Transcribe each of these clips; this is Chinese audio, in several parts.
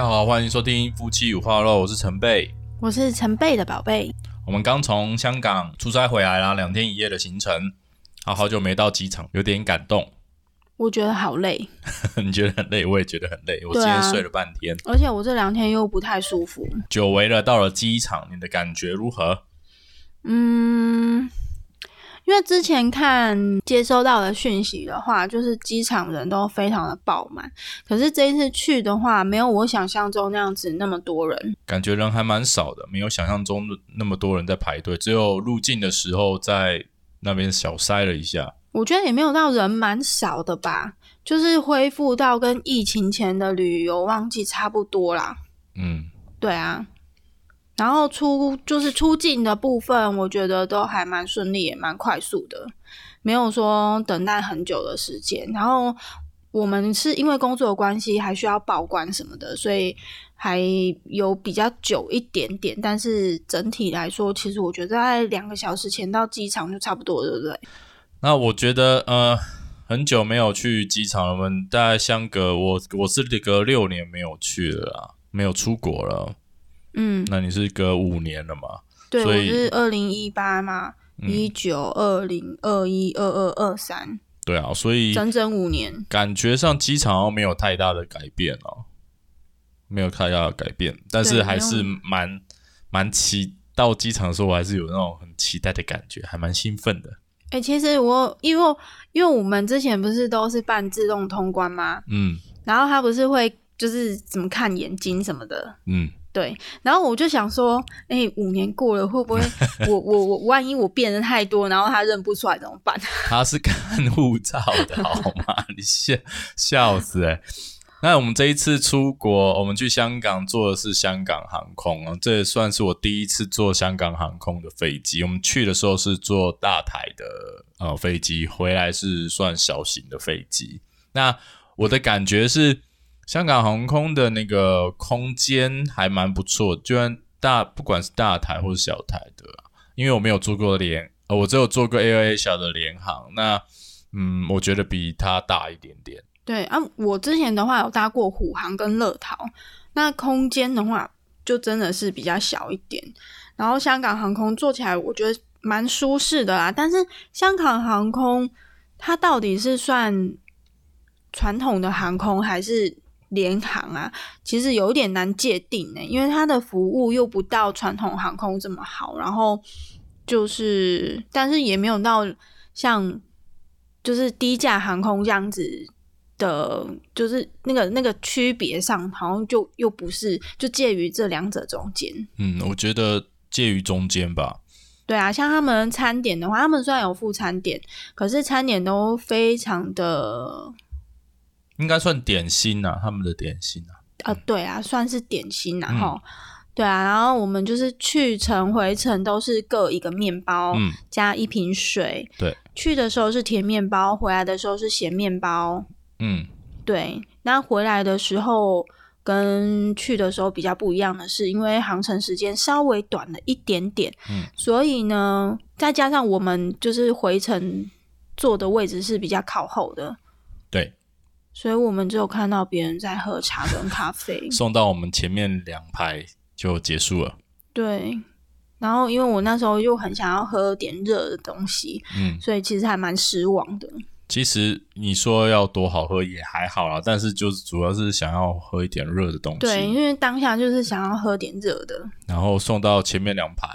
好，欢迎收听《夫妻五花肉》，我是陈贝。我是陈贝的宝贝，我们刚从香港出差回来啦，两天一夜的行程，啊，好久没到机场，有点感动。 我觉得好累，你觉得很累，我也觉得很累。我今对啊天睡了半天，而且我这两天又不太舒服。久违了，到了机场，你的感觉如何？嗯，因为之前看接收到的讯息的话，就是机场人都非常的爆满，可是这一次去的话，没有我想象中那样子那么多人。感觉人还蛮少的，没有想象中的那么多人在排队，只有入境的时候在那边小塞了一下。我觉得也没有到人蛮少的吧，就是恢复到跟疫情前的旅游旺季差不多啦。嗯，对啊，然后出就是出境的部分，我觉得都还蛮顺利，也蛮快速的，没有说等待很久的时间。然后我们是因为工作的关系，还需要报关什么的，所以还有比较久一点点。但是整体来说，其实我觉得在两个小时前到机场就差不多了，对不对？那我觉得呃，很久没有去机场了，我们大概相隔我我是隔六年没有去了啦，没有出国了。嗯，那你是隔五年了嘛？对，我所以嗯是二零一八嘛，一九二零二一二二二三，对啊，所以整整五年。感觉上机场好像没有太大的改变哦，没有太大的改变，但是对还是没有蛮蛮期到机场的时候，我还是有那种很期待的感觉，还蛮兴奋的。哎、其实我因为因为我们之前不是都是办自动通关吗？嗯然后他不是会就是怎么看眼睛什么的，嗯，对。然后我就想说，哎、五年过了，会不会我我我万一我变得太多，然后他认不出来怎么办？他是看护照的好吗？你笑笑死哎、那我们这一次出国，我们去香港坐的是香港航空啊，这也算是我第一次坐香港航空的飞机。我们去的时候是坐大台的呃飞机，回来是算小型的飞机。那我的感觉是，香港航空的那个空间还蛮不错，就算大不管是大台或是小台的啊、因为我没有做过联，呃，我只有做过 AIA 小的联航。那嗯，我觉得比它大一点点。对啊，我之前的话有搭过虎航跟乐桃，那空间的话就真的是比较小一点。然后香港航空坐起来，我觉得蛮舒适的啦。但是香港航空它到底是算传统的航空还是联航啊？其实有一点难界定呢、因为它的服务又不到传统航空这么好。然后就是，但是也没有到像就是低价航空这样子的，就是那个那个区别上，好像就又不是，就介于这两者中间。嗯，我觉得介于中间吧。对啊，像他们餐点的话，他们虽然有附餐点，可是餐点都非常的应该算点心呐、他们的点心啊。啊，对啊，算是点心然嗯后、对啊，然后我们就是去程回程都是各一个面包，嗯，加一瓶水。对，去的时候是甜面包，回来的时候是咸面包。嗯，对，那回来的时候跟去的时候比较不一样的是，因为航程时间稍微短了一点点，嗯所以呢，再加上我们就是回程坐的位置是比较靠后的，对，。所以我们只有看到别人在喝茶跟咖啡送到我们前面两排就结束了。对，然后因为我那时候又很想要喝点热的东西，嗯，所以其实还蛮失望的。其实你说要多好喝也还好啦，但是就是主要是想要喝一点热的东对，因西，为当下就是想要喝点热的，然后送到前面两排，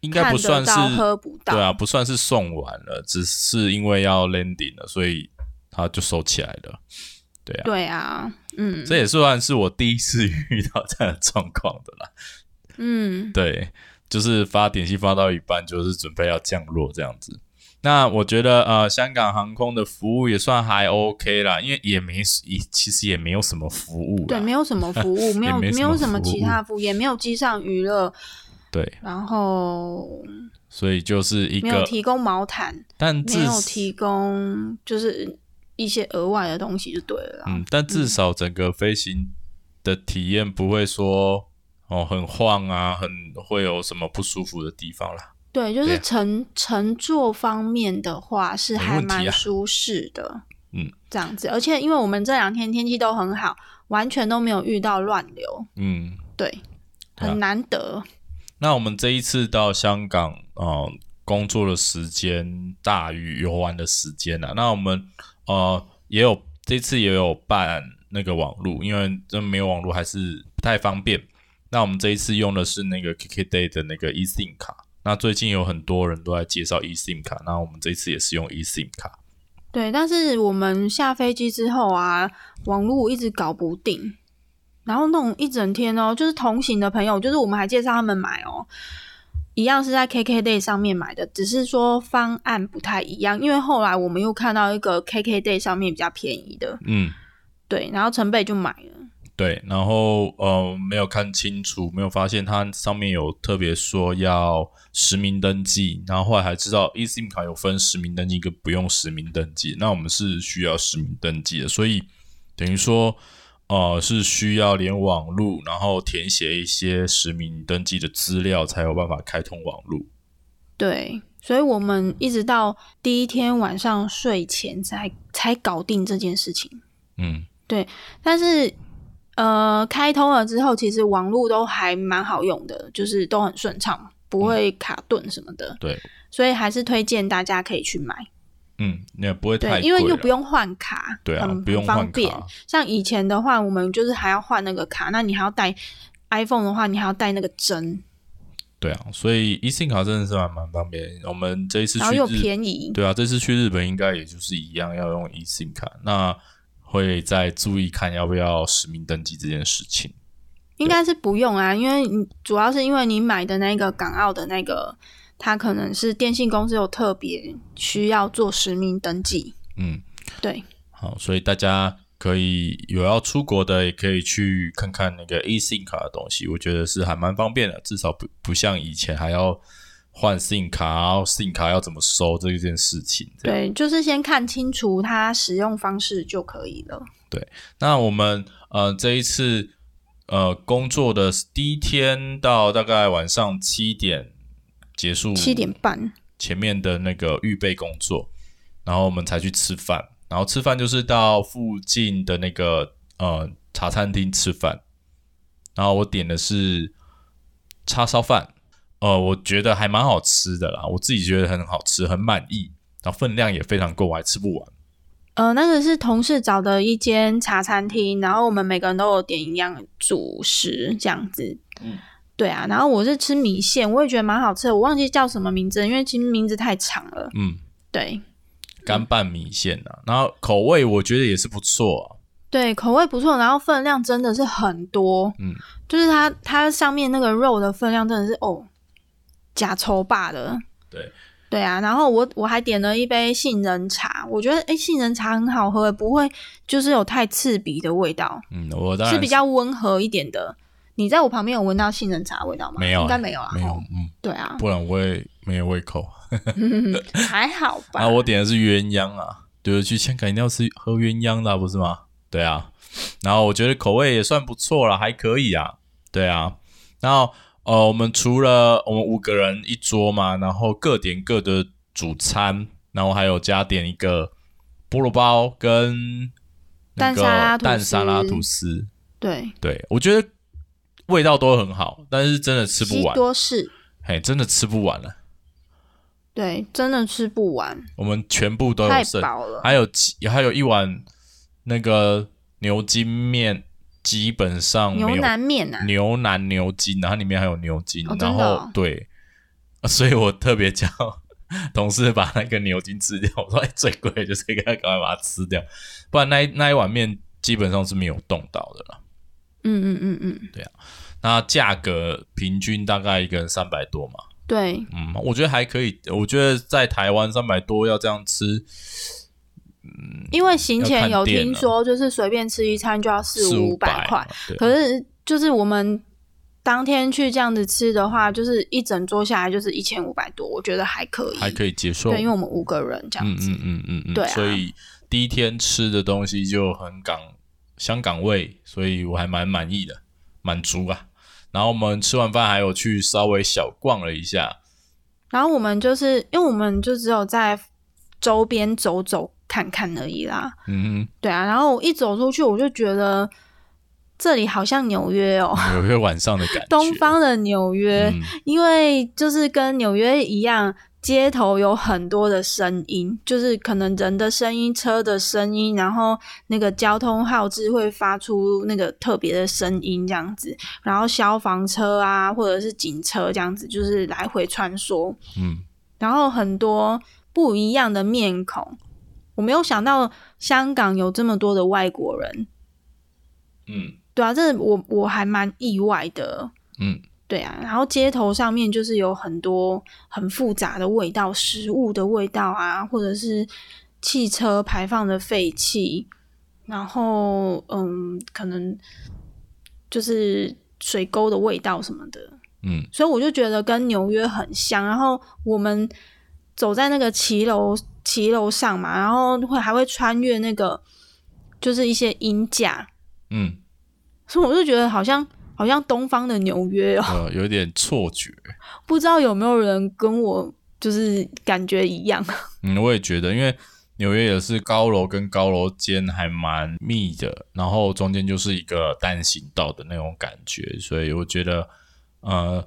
应该看不得算是到喝不到。对啊，不算是送完了，只是因为要 landing 了，所以他就收起来了。对啊，嗯这也算是我第一次遇到这样的状况的啦。 嗯。对，就是发点心发到一半，就是准备要降落这样子。那我觉得呃，香港航空的服务也算还 OK 啦，因为也没也其实也没有什么服务对，啦。没有什 么服务，没有没什么有什么服务其他服务，也没有机上娱乐，对，然后所以就是一没有个，提供毛毯，但没至有提供就是一些额外的东西就对了啦。嗯，但至少整个飞行的体验不会说哦很晃啊，很会有什么不舒服的地方啦。对，就对啊是乘乘坐方面的话是没还问题啊蛮舒适的， 嗯，这样子。而且因为我们这两天天气都很好，完全都没有遇到乱流，嗯，对，对啊很难得。那我们这一次到香港啊、呃工作的时间大于游玩的时间啊。那我们呃也有这次也有办那个网络，因为这没有网络还是不太方便。那我们这一次用的是那个 KKday 的那个 eSIM 卡。那最近有很多人都在介绍 eSIM 卡，那我们这一次也是用 eSIM 卡。对，但是我们下飞机之后啊，网络一直搞不定，然后弄一整天哦，就是同行的朋友，就是我们还介绍他们买哦，一样是在 KKday 上面买的，只是说方案不太一样，因为后来我们又看到一个 KKday 上面比较便宜的，嗯，对，然后成倍就买了，对，然后呃没有看清楚，没有发现它上面有特别说要实名登记，然后后来还知道 eSIM 卡有分实名登记跟不用实名登记，那我们是需要实名登记的，所以等于说呃是需要连网路，然后填写一些实名登记的资料，才有办法开通网路。对，所以我们一直到第一天晚上睡前才才搞定这件事情。嗯但是呃，开通了之后，其实网络都还蛮好用的，就是都很顺畅，嗯不会卡顿什么的。对，所以还是推荐大家可以去买，嗯，也不会太对，贵因为又不用用换卡，对啊很不用很换方便卡。像以前的话，我们就是还要换那个卡，那你还要带 iPhone 的话，你还要带那个针，对啊，所以 eSIM 卡真的是蛮蛮方便。我们这一次然后去又日便宜。对啊，这次去日本应该也就是一样要用 eSIM 卡，那会再注意看要不要实名登记这件事情。应该是不用啊，因为你主要是因为你买的那个港澳的那个，它可能是电信公司有特别需要做实名登记，嗯，对。好，所以大家可以有要出国的，也可以去看看那个 eSIM 卡的东西，我觉得是还蛮方便的，至少不不像以前还要换 SIM 卡，然后 SIM 卡要怎么收这件事情。这样对，就是先看清楚它使用方式就可以了。那我们呃这一次呃工作的第一天到大概晚上七点结束，七点半，前面的那个预备工作，然后我们才去吃饭，然后吃饭就是到附近的那个呃茶餐厅吃饭，然后我点的是叉烧饭，呃，我觉得还蛮好吃的啦，我自己觉得很好吃，很满意，然后分量也非常够，我还吃不完。呃，那个是同事找的一间茶餐厅，然后我们每个人都有点一样主食这样子。嗯，对啊，然后我是吃米线，我也觉得蛮好吃的，我忘记叫什么名字，因为其实名字太长了。嗯，对干拌米线啊，然后口味我觉得也是不错、啊，对，口味不错，然后分量真的是很多。嗯，就是它它上面那个肉的分量真的是哦，假稠霸的。对对啊，然后我我还点了一杯杏仁茶，我觉得诶杏仁茶很好喝，不会就是有太刺鼻的味道，嗯，我当然是比较温和一点的。你在我旁边有闻到杏仁茶的味道吗？没有啊应该没有啦。没有哦，嗯，对啊，不然我也没有胃口。还好吧。啊，我点的是鸳鸯啊，就是去香港一定要吃喝鸳鸯的啊、不是吗？对啊，然后我觉得口味也算不错啦，还可以啊，对啊。然后呃，我们除了我们五个人一桌嘛，然后各点各的主餐，然后还有加点一个菠萝包跟那个蛋沙拉蛋吐司沙拉吐司，对，对我觉得味道都很好，但是真的吃不西完，多士，嘿，真的吃不完了，对，真的吃不完，我们全部都太有剩，饱了。还有鸡，还有一碗那个牛筋面，基本上没有牛腩面啊，牛腩牛筋，然后里面还有牛筋，哦真的然后、哦对， 啊所以我特别叫同事把那个牛筋吃掉。我说、哎、最贵的就是这个，赶快把它吃掉，不然那一那一碗面基本上是没有动到的啦。嗯嗯嗯嗯，那价格平均大概一个人三百多嘛，对，嗯，我觉得还可以。我觉得在台湾三百多要这样吃嗯因为行要前看有店听啊说，就是随便吃一餐就要四五五百块嘛，，对可是就是我们当天去这样子吃的话，就是一整桌下来就是一千五百多，我觉得还可以，还可以接受。对，因为我们五个人这样嗯子，嗯嗯嗯嗯，对啊所以第一天吃的东西就很港香港味，所以我还蛮满意的，满足啊。然后我们吃完饭还有去稍微小逛了一下，然后我们就是因为我们就只有在周边走走看看而已啦。嗯对啊，然后我一走出去，我就觉得这里好像纽约 哦，哼，有一个晚上的感觉。东方的纽约，嗯因为就是跟纽约一样，街头有很多的声音，就是可能人的声音、车的声音，然后那个交通号志会发出那个特别的声音这样子，然后消防车啊，或者是警车这样子，就是来回穿梭，嗯，然后很多不一样的面孔。我没有想到香港有这么多的外国人，嗯对啊，这我我还蛮意外的。嗯对啊，然后街头上面就是有很多很复杂的味道，食物的味道啊，或者是汽车排放的废气，然后嗯，可能就是水沟的味道什么的，嗯所以我就觉得跟纽约很像。然后我们走在那个骑楼骑楼上嘛，然后会还会穿越那个就是一些鹰架，嗯，所以我就觉得好像好像东方的纽约哦。 呃，有一点错觉。不知道有没有人跟我就是感觉一样， 嗯，我也觉得，因为纽约也是高楼跟高楼间还蛮密的，然后中间就是一个单行道的那种感觉，所以我觉得，呃，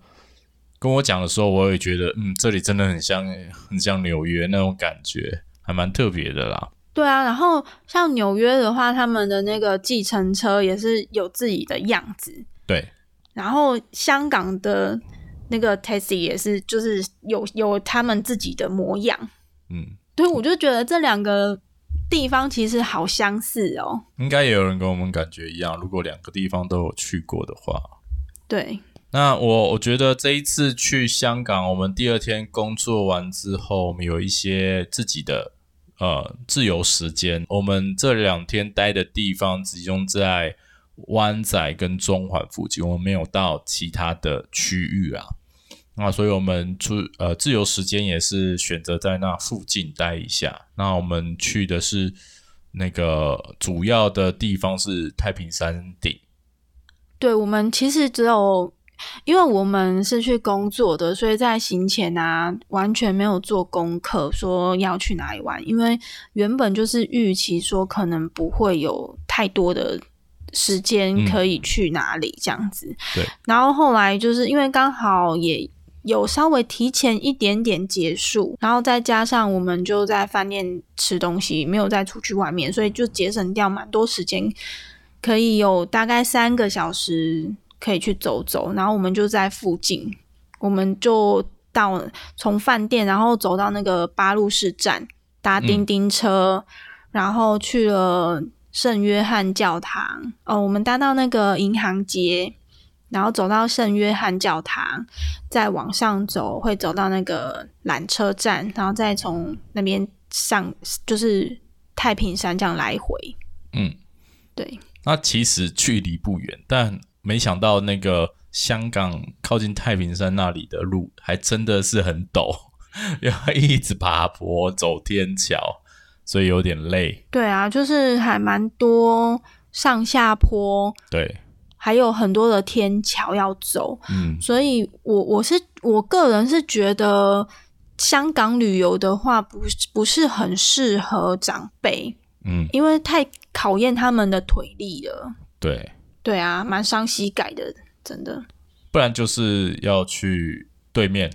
跟我讲的时候，我也觉得，嗯，这里真的很像很像纽约那种感觉，还蛮特别的啦。对啊。然后像纽约的话，他们的那个计程车也是有自己的样子，对，然后香港的那个 taxi 也是就是有有他们自己的模样。嗯，对，我就觉得这两个地方其实好相似哦。应该也有人跟我们感觉一样，如果两个地方都有去过的话，对，那我我觉得这一次去香港，我们第二天工作完之后，我们有一些自己的呃自由时间。我们这两天待的地方集中在湾仔跟中环附近，我们没有到其他的区域啊。那所以我们出呃自由时间也是选择在那附近待一下。那我们去的是那个主要的地方是太平山顶，对我们其实只有，因为我们是去工作的，所以在行前啊，完全没有做功课，说要去哪里玩，因为原本就是预期说可能不会有太多的时间嗯可以去哪里这样子。对然后后来就是因为刚好也。有稍微提前一点点结束，然后再加上我们就在饭店吃东西，没有再出去外面，所以就节省掉蛮多时间可以有大概三个小时可以去走走，然后我们就在附近，我们就到从饭店，然后走到那个八路士站，搭叮叮车，然后去了圣约翰教堂，哦，我们搭到那个银行街。然后走到圣约翰教堂，再往上走会走到那个缆车站，然后再从那边上就是太平山这样来回。嗯。对，那其实距离不远，但没想到那个香港靠近太平山那里的路还真的是很陡，要一直爬坡走天桥，所以有点累。对啊，就是还蛮多上下坡，对，还有很多的天桥要走，嗯所以我我是我个人是觉得香港旅游的话不，不是不是很适合长辈，嗯，因为太考验他们的腿力了。对，对啊，蛮伤膝盖的，真的。不然就是要去对面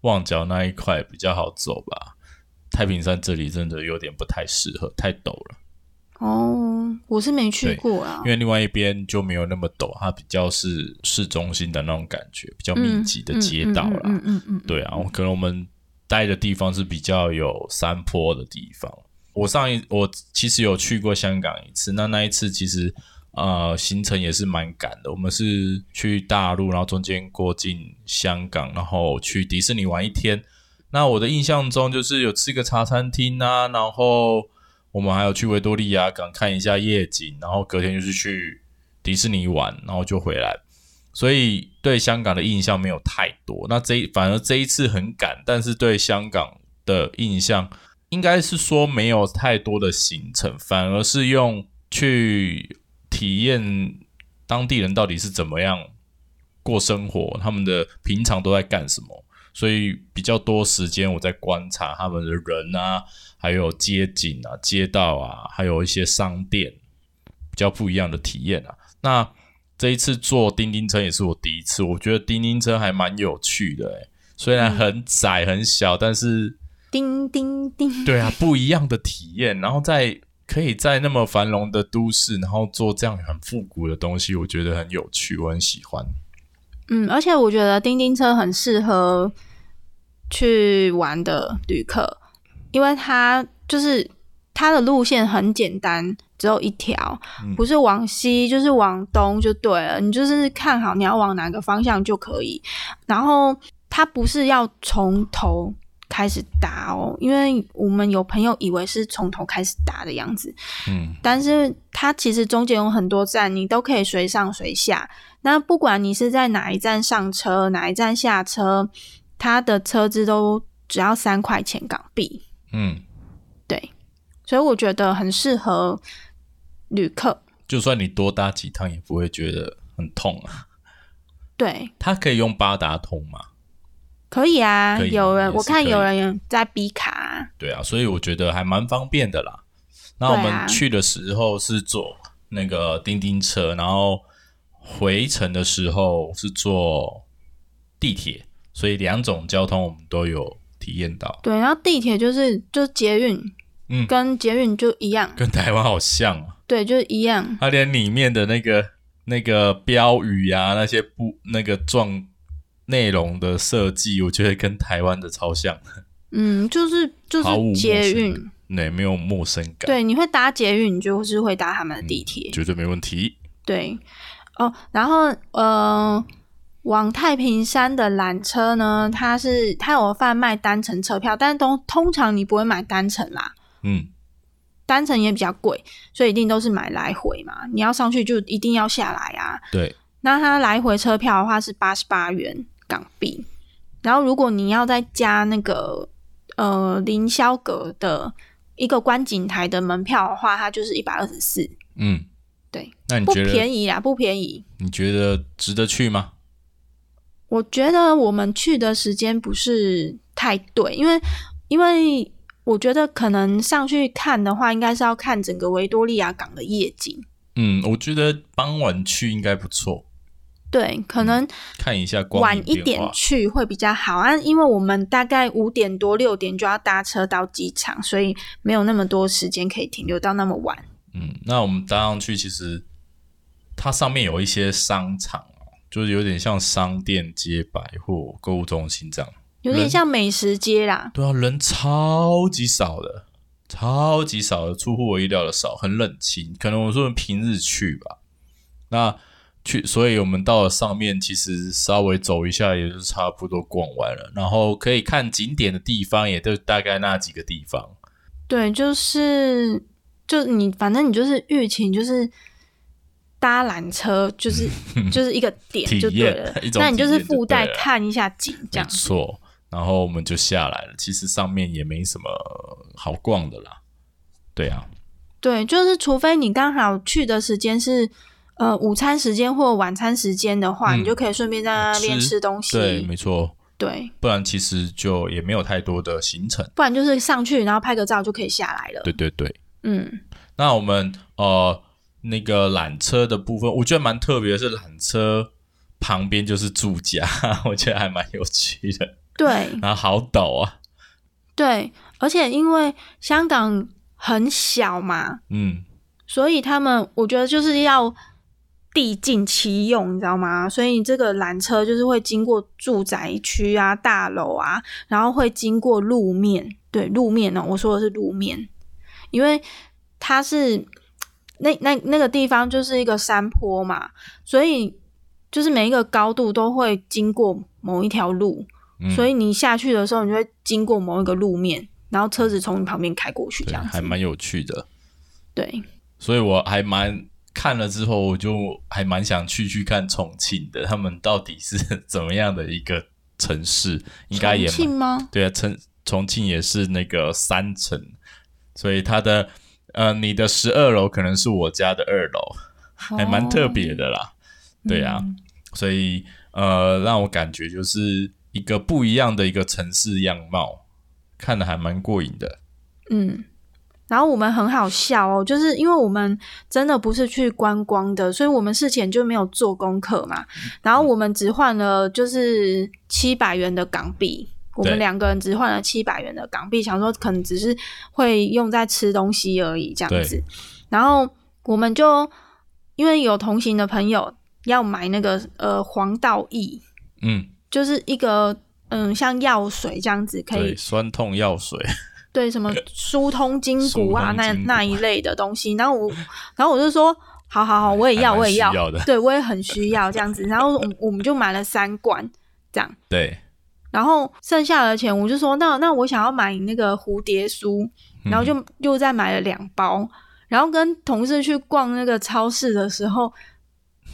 旺角那一块比较好走吧。太平山这里真的有点不太适合，太陡了，哦，我是没去对过啊因。为另外一边就没有那么陡，它比较是市中心的那种感觉，比较密集的街道啦。嗯嗯嗯嗯嗯嗯对啊，可能我们待的地方是比较有山坡的地方。我上一我其实有去过香港一次，那那一次其实呃行程也是蛮赶的。我们是去大陆，然后中间过境香港，然后去迪士尼玩一天。那我的印象中就是有吃个茶餐厅啊，然后我们还有去维多利亚港看一下夜景，然后隔天就是去迪士尼玩，然后就回来。所以对香港的印象没有太多。那这一反而这一次很赶，但是对香港的印象应该是说没有太多的行程，反而是用去体验当地人到底是怎么样过生活，他们的平常都在干什么。所以比较多时间我在观察他们的人啊，还有街景啊、街道啊，还有一些商店，比较不一样的体验啊。那这一次坐叮叮车也是我第一次，我觉得叮叮车还蛮有趣的、欸，虽然很窄很小，但是叮叮叮，对啊，不一样的体验。然后在可以在那么繁荣的都市，然后做这样很复古的东西，我觉得很有趣，我很喜欢。嗯，而且我觉得叮叮车很适合去玩的旅客，因为它就是它的路线很简单，只有一条，嗯不是往西就是往东就对了，你就是看好你要往哪个方向就可以。然后它不是要从头开始搭哦，因为我们有朋友以为是从头开始搭的样子，嗯，但是它其实中间有很多站，你都可以随上随下。那不管你是在哪一站上车，哪一站下车，它的车资都只要三块钱港币，嗯，对，所以我觉得很适合旅客。就算你多搭几趟，也不会觉得很痛啊。对，它可以用八达通嘛？可以啊，可以有人也是我看可以有人在比卡啊、对啊，所以我觉得还蛮方便的啦。那我对啊们去的时候是坐那个叮叮车，然后回程的时候是坐地铁，所以两种交通我们都有体验到，对，然后地铁就是就是捷运，嗯跟捷运就一样，跟台湾好像啊。对，就是一样，它连里面的那个那个标语啊，那些不那个状内容的设计，我觉得跟台湾的超像，嗯，就是就毫无是陌捷生运，对，没有陌生感，，对，你会搭捷运，你就是会搭他们的地铁，绝对没问题。对，哦，然后呃，往太平山的缆车呢，它是它有贩卖单程车票，但通通常你不会买单程啦，嗯，单程也比较贵，所以一定都是买来回嘛。你要上去就一定要下来啊。对，那它来回车票的话是八十八元港币，然后如果你要再加那个呃凌霄阁的一个观景台的门票的话，它就是一百二十四，嗯，对。那你不觉得便宜啦，不便宜。你觉得值得去吗？我觉得我们去的时间不是太对，因为因为我觉得可能上去看的话，应该是要看整个维多利亚港的夜景。嗯，我觉得傍晚去应该不错，对，可能看一下嗯光晚影一变点化。去会比较好啊，因为我们大概五点多六点就要搭车到机场，所以没有那么多时间可以停留到那么晚。嗯，那我们搭上去，其实它上面有一些商场哦，就是有点像商店街、百货、购物中心这样。有点人像美食街啦，对啊，人超级少的，超级少的，出乎我意料的少，很冷清。可能我说平日去吧，那去，所以我们到了上面，其实稍微走一下，也就差不多逛完了。然后可以看景点的地方，也就大概那几个地方。对，就是就你，反正你就是疫情，就是搭缆车，就是 就是一个点体就对验了一。种那你体就是验就附对带了看一下景，这没样错，然后我们就下来了。其实上面也没什么好逛的啦。对啊，对，就是除非你刚好去的时间是呃午餐时间或晚餐时间的话，你嗯就可以顺便在那边吃吃东西。对，没错。对不然其实就也没有太多的行程。不然就是上去然后拍个照就可以下来了。对对对。嗯，那我们呃那个缆车的部分，我觉得蛮特别的是缆车旁边就是住家， 我觉得还蛮有趣的。对然后好陡啊，对，而且因为香港很小嘛，嗯，所以他们我觉得就是要地尽其用，你知道吗？所以这个缆车就是会经过住宅区啊、大楼啊，然后会经过路面，对路面呢、我说的是路面，因为它是那那那个地方就是一个山坡嘛，所以就是每一个高度都会经过某一条路，嗯所以你下去的时候，你就会经过某一个路面，然后车子从你旁边开过去，这对，样子，还蛮有趣的。对。所以我还蛮看了之后，我就还蛮想去去看重庆的，他们到底是怎么样的一个城市？应该也重庆蛮吗？对啊，重重庆也是那个三层，所以它的呃，你的十二楼可能是我家的二楼。哦还啊嗯蛮特别的啦。对啊，所以呃，让我感觉就是一个不一样的一个城市样貌，看的还蛮过瘾的。嗯，然后我们很好笑哦，就是因为我们真的不是去观光的，所以我们事前就没有做功课嘛。然后我们只换了就是七百元的港币，我们对两个人只换了七百元的港币，想说可能只是会用在吃东西而已这样子。然后我们就因为有同行的朋友要买那个呃黄道益，嗯，就是一个嗯像药水这样子可以对，酸痛药 水，对什么疏通筋骨啊疏通那筋骨那一类的东西。然后我，然后我就说，好好好，我也要，还蛮我也要需，要的。对我也很需要这样子。然后我们我们就买了三罐这样，对，然后剩下的钱我就说，那那我想要买那个蝴蝶酥，嗯然后就又再买了两包。然后跟同事去逛那个超市的时候，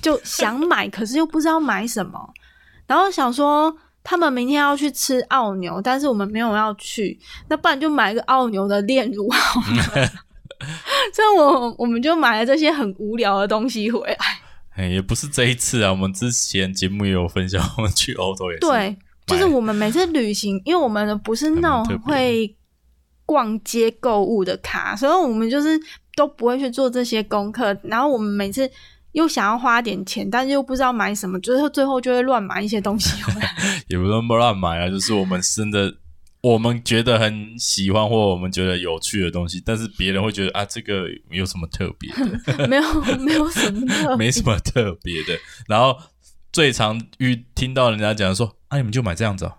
就想买，可是又不知道买什么。然后想说他们明天要去吃澳牛，但是我们没有要去，那不然就买一个澳牛的炼乳好了。 所以我我们就买了这些很无聊的东西回来。哎也不是这一次啊，我们之前节目也有分享，我们去欧洲也是，对，就是买我们每次旅行，因为我们不是那还蛮特种别的会逛街购物的卡，所以我们就是都不会去做这些功课。然后我们每次又想要花点钱，但是又不知道买什么，就是最后就会乱买一些东西回来。也不是说乱买啊，就是我们真的。我们觉得很喜欢或我们觉得有趣的东西，但是别人会觉得啊，这个有什么特别的？ 没有，没有什么 特没什么特别的。然后最常遇听到人家讲说啊，你们就买这样子哦，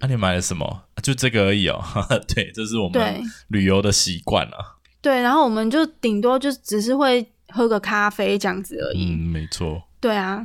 啊，你买了什么？啊就这个而已哦。 对，这是我对们旅游的习惯啊。对，然后我们就顶多就只是会喝个咖啡这样子而已。嗯，没错。对啊，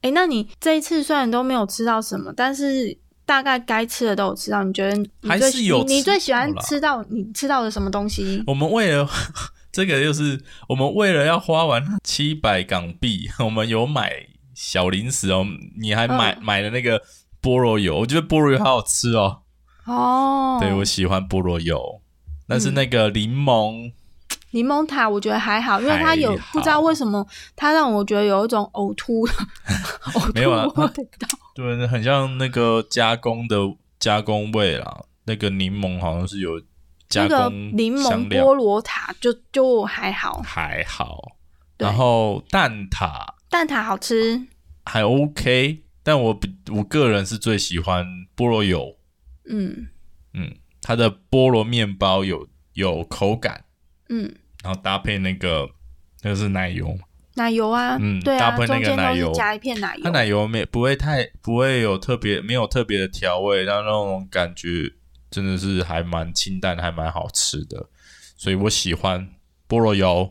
哎，那你这一次虽然都没有吃到什么，但是大概该吃的都有吃到。你觉得你还最是有你你吃最喜欢到啦吃到你吃到的什么东西？我们为了 这个，就是我们为了要花完七百港币，我们有买小零食哦。你还买、嗯买了那个菠萝油，我觉得菠萝油好好吃哦。哦，对，我喜欢菠萝油，但是那个柠檬。柠檬塔我觉得还好，因为它有还好不知道为什么它让我觉得有一种呕吐呕 没有啊吐味道。对，那很像那个加工的加工味啦。那个柠檬好像是有加那个啊工柠檬香菠料，萝塔就就还好，还好。对然后蛋挞蛋挞好吃。还 OK，但我比我个人是最喜欢菠萝油，嗯嗯，它的菠萝面包有有口感，嗯，然后搭配那个那个是奶油嘛，奶油啊，嗯对啊搭，配那中个间都奶是油加一片奶油。它奶油没不会太不会有特别没有特别的调味，让那种感觉真的是还蛮清淡，还蛮好吃的。所以我喜欢菠萝油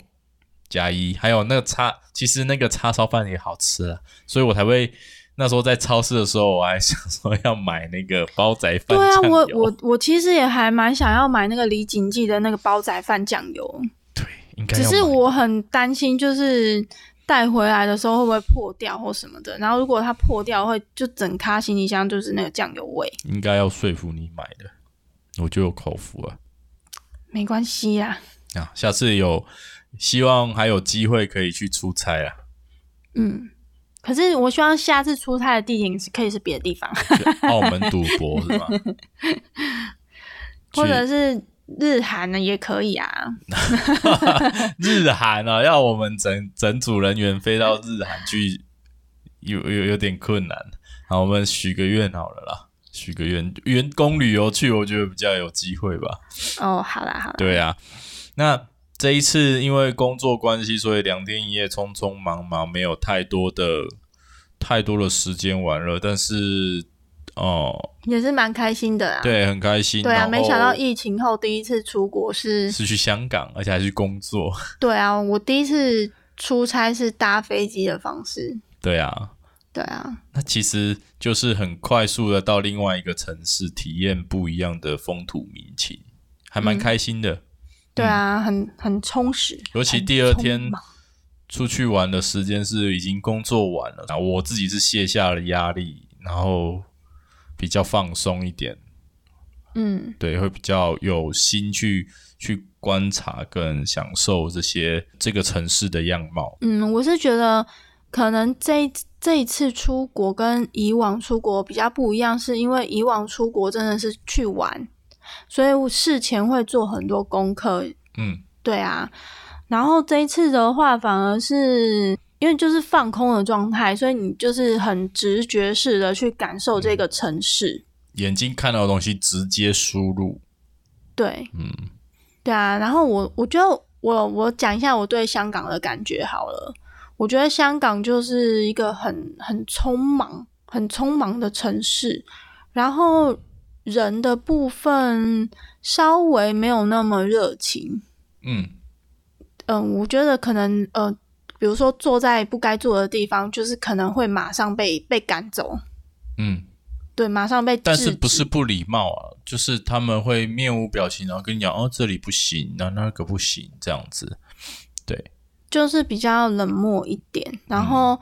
加一，还有那个叉，其实那个叉烧饭也好吃啊，所以我才会那时候在超市的时候，我还想说要买那个煲仔饭对酱油。，啊我我我其实也还蛮想要买那个李锦记的那个煲仔饭酱油，对，应该只要是买我很担心，就是带回来的时候会不会破掉或什么的。然后如果它破掉，会就整咖行李箱就是那个酱油味。应该要说服你买的，我就有口福了。没关系啦，啊，下次有希望还有机会可以去出差啊。嗯。可是我希望下次出差的地点是可以是别的 地方，澳门赌博是吗？ 或者是日韩呢也可以啊。日韩啊，要我们整整组人员飞到日韩去，有有有点困难。好，我们许个愿好了啦，许个愿，员工旅游去，我觉得比较有机会吧。哦，好啦好啦，对啊，那这一次因为工作关系，所以两天一夜匆匆忙忙，没有太多的太多的时间玩了。但是哦，也是蛮开心的啦。对，很开心。对啊，然后没想到疫情后第一次出国是是去香港，而且还去工作。对啊，我第一次出差是搭飞机的方式。对啊，对啊，那其实就是很快速的到另外一个城市，体验不一样的风土民情，还嗯蛮开心的。对啊，很很充实。尤其很第二匆天忙出去玩的时间是已经工作完了，然后我自己是卸下了压力，然后比较放松一点，嗯，对，会比较有心去去观察跟享受这些这个城市的样貌。嗯，我是觉得可能这一这一次出国跟以往出国比较不一样，是因为以往出国真的是去玩，所以我事前会做很多功课。嗯，对啊，然后这一次的话，反而是因为就是放空的状态，所以你就是很直觉式的去感受这个城市。眼睛看到的东西直接输入，对，嗯，对啊。然后我我觉得我我讲一下我对香港的感觉好了。我觉得香港就是一个很很匆忙、很匆忙的城市，然后人的部分稍微没有那么热情。嗯，嗯，我觉得可能呃，比如说坐在不该坐的地方，就是可能会马上被被赶走，嗯，对，马上被制止。但是不是不礼貌啊？就是他们会面无表情，然后跟你讲哦，这里不行，那那个不行，这样子。就是比较冷漠一点，然后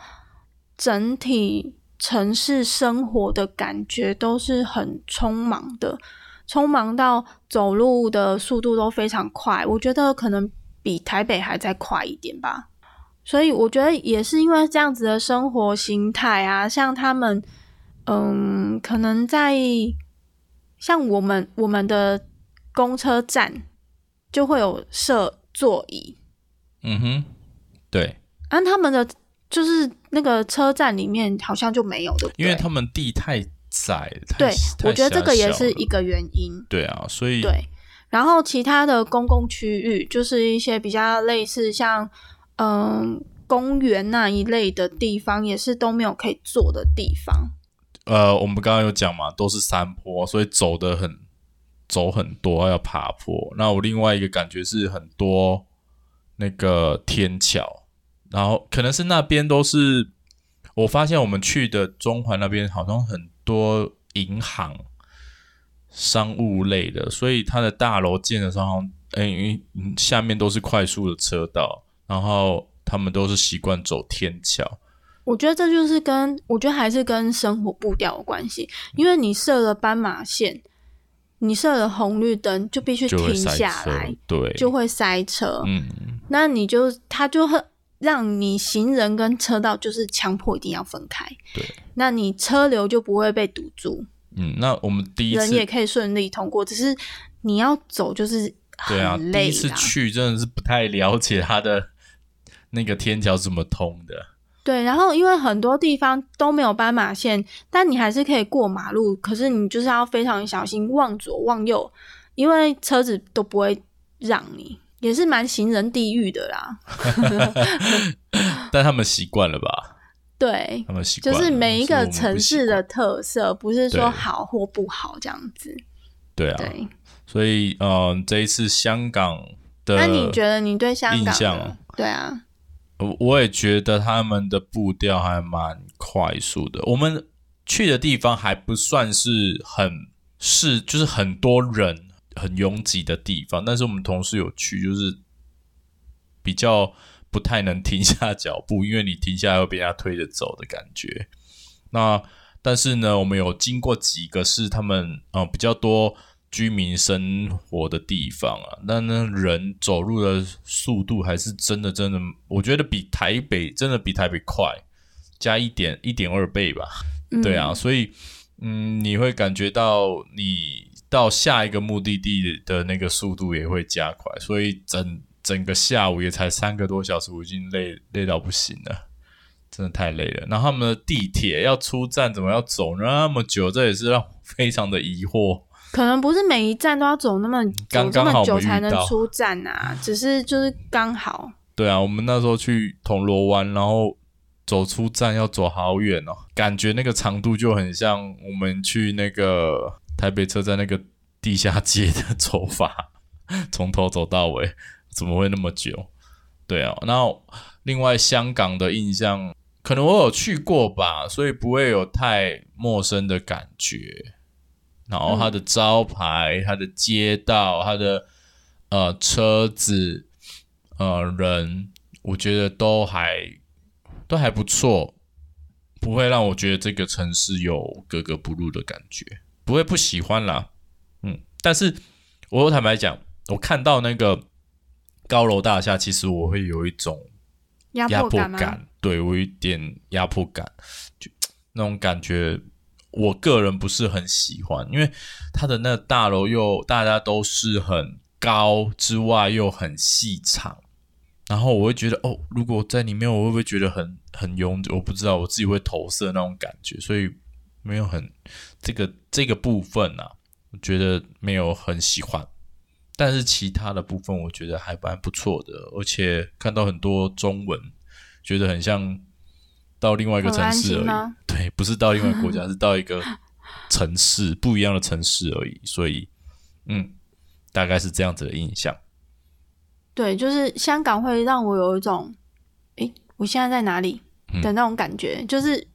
整体城市生活的感觉都是很匆忙的，匆忙到走路的速度都非常快，我觉得可能比台北还再快一点吧。所以我觉得也是因为这样子的生活形态啊，像他们，嗯，可能在像我们我们的公车站就会有设座椅，嗯哼，对，按他们的就是那个车站里面好像就没有的，对不对因为他们地太窄，太对，太我觉得这个也狭小是了一个原因。对啊，所以对，然后其他的公共区域就是一些比较类似像嗯公园那一类的地方，也是都没有可以坐的地方。呃，我们刚刚有讲嘛，都是山坡，所以走的很走很多，要爬坡。那我另外一个感觉是很多那个天桥，然后可能是那边都是，我发现我们去的中环那边好像很多银行、商务类的，所以它的大楼建的时候好像，哎、因为下面都是快速的车道，然后他们都是习惯走天桥。我觉得这就是跟我觉得还是跟生活步调有关系，因为你设了斑马线，你设了红绿灯，就必须就会停塞下车来，，对，就会塞车。嗯，那你就他就会让你行人跟车道就是强迫一定要分开，对，那你车流就不会被堵住，嗯，那我们第一人也次可以顺利通过，只是你要走就是对啊，很第累一次啦。去真的是不太了解它的那个天桥怎么通的。对，然后因为很多地方都没有斑马线，但你还是可以过马路，可是你就是要非常小心，往左往右，因为车子都不会让你，也是蛮行人地狱的啦。但他们习惯了吧？对，他们习惯就了，是每一啊所以我个们不城习市的惯特色，不是说对好或不好这样子。对啊，对，所以嗯、呃这一次香港的，那你觉得你对香印港象的？对啊，我我也觉得他们的步调还蛮快速的。我们去的地方还不算是很是，就是很多人很拥挤的地方，但是我们同事有去，就是比较不太能停下脚步，因为你停下来会被人家推着走的感觉。那但是呢，我们有经过几个是他们呃比较多居民生活的地方啊，那那人走路的速度还是真的真的，我觉得比台北真的比台北快，加一点一点二倍吧。嗯、对啊，，所以嗯，你会感觉到你到下一个目的地的那个速度也会加快，所以整整个下午也才三个多小时，我已经累累到不行了，真的太累了。然后他们的地铁要出站，怎么要走那么久？这也是让我非常的疑惑。可能不是每一站都要走那么刚走这刚好么我久们遇才能到出站啊，只是就是刚好。对啊，我们那时候去铜锣湾，然后走出站要走好远哦，感觉那个长度就很像我们去那个台北车站那个地下街的 走法， 从头走到尾，怎么会那么久？对啊，那另外香港的印象，可能我有去过吧，所以不会有太陌生的感觉。然后它的招牌、它的街道、它的呃车子、呃人，我觉得都还都还不错，不会让我觉得这个城市有格格不入的感觉，不会不喜欢啦。嗯，但是我有坦白讲，我看到那个高楼大厦，其实我会有一种压压迫迫感吗？感，对我有一点压迫感，就那种感觉，我个人不是很喜欢，因为它的那个大楼又大家都是很高之外又很细长，然后我会觉得哦，如果在里面我会不会觉得很很拥挤？我不知道，我自己会投射那种感觉，所以没有很这个这个部分啊，我觉得没有很喜欢。但是其他的部分我觉得还蛮不错的，而且看到很多中文，觉得很像到另外一个城市很安心而已吗。对，不是到另外一个国家，是到一个城市不一样的城市而已。所以，嗯，大概是这样子的印象。对，就是香港会让我有一种，诶，我现在在哪里嗯的那种感觉，就是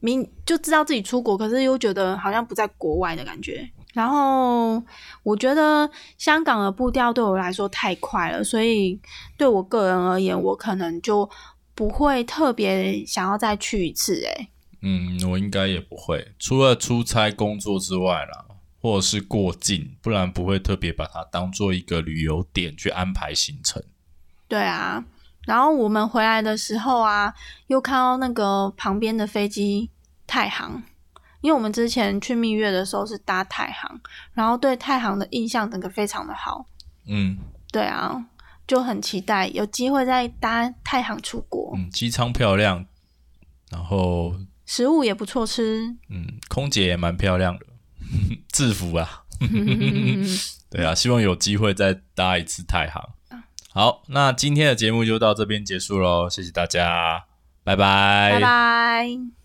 明就知道自己出国，可是又觉得好像不在国外的感觉。然后我觉得香港的步调对我来说太快了，所以对我个人而言，我可能就不会特别想要再去一次、诶。嗯，我应该也不会，除了出差工作之外啦，或者是过境，不然不会特别把它当做一个旅游点去安排行程。对啊，然后我们回来的时候啊，又看到那个旁边的飞机太行，因为我们之前去蜜月的时候是搭太行，然后对太行的印象整个非常的好。嗯对啊，就很期待有机会再搭太行出国，嗯，机舱漂亮，然后食物也不错吃。嗯，空姐也蛮漂亮的， 制服啊。嗯对啊，希望有机会再搭一次太行。好，那今天的节目就到这边结束喽，谢谢大家，拜拜拜拜。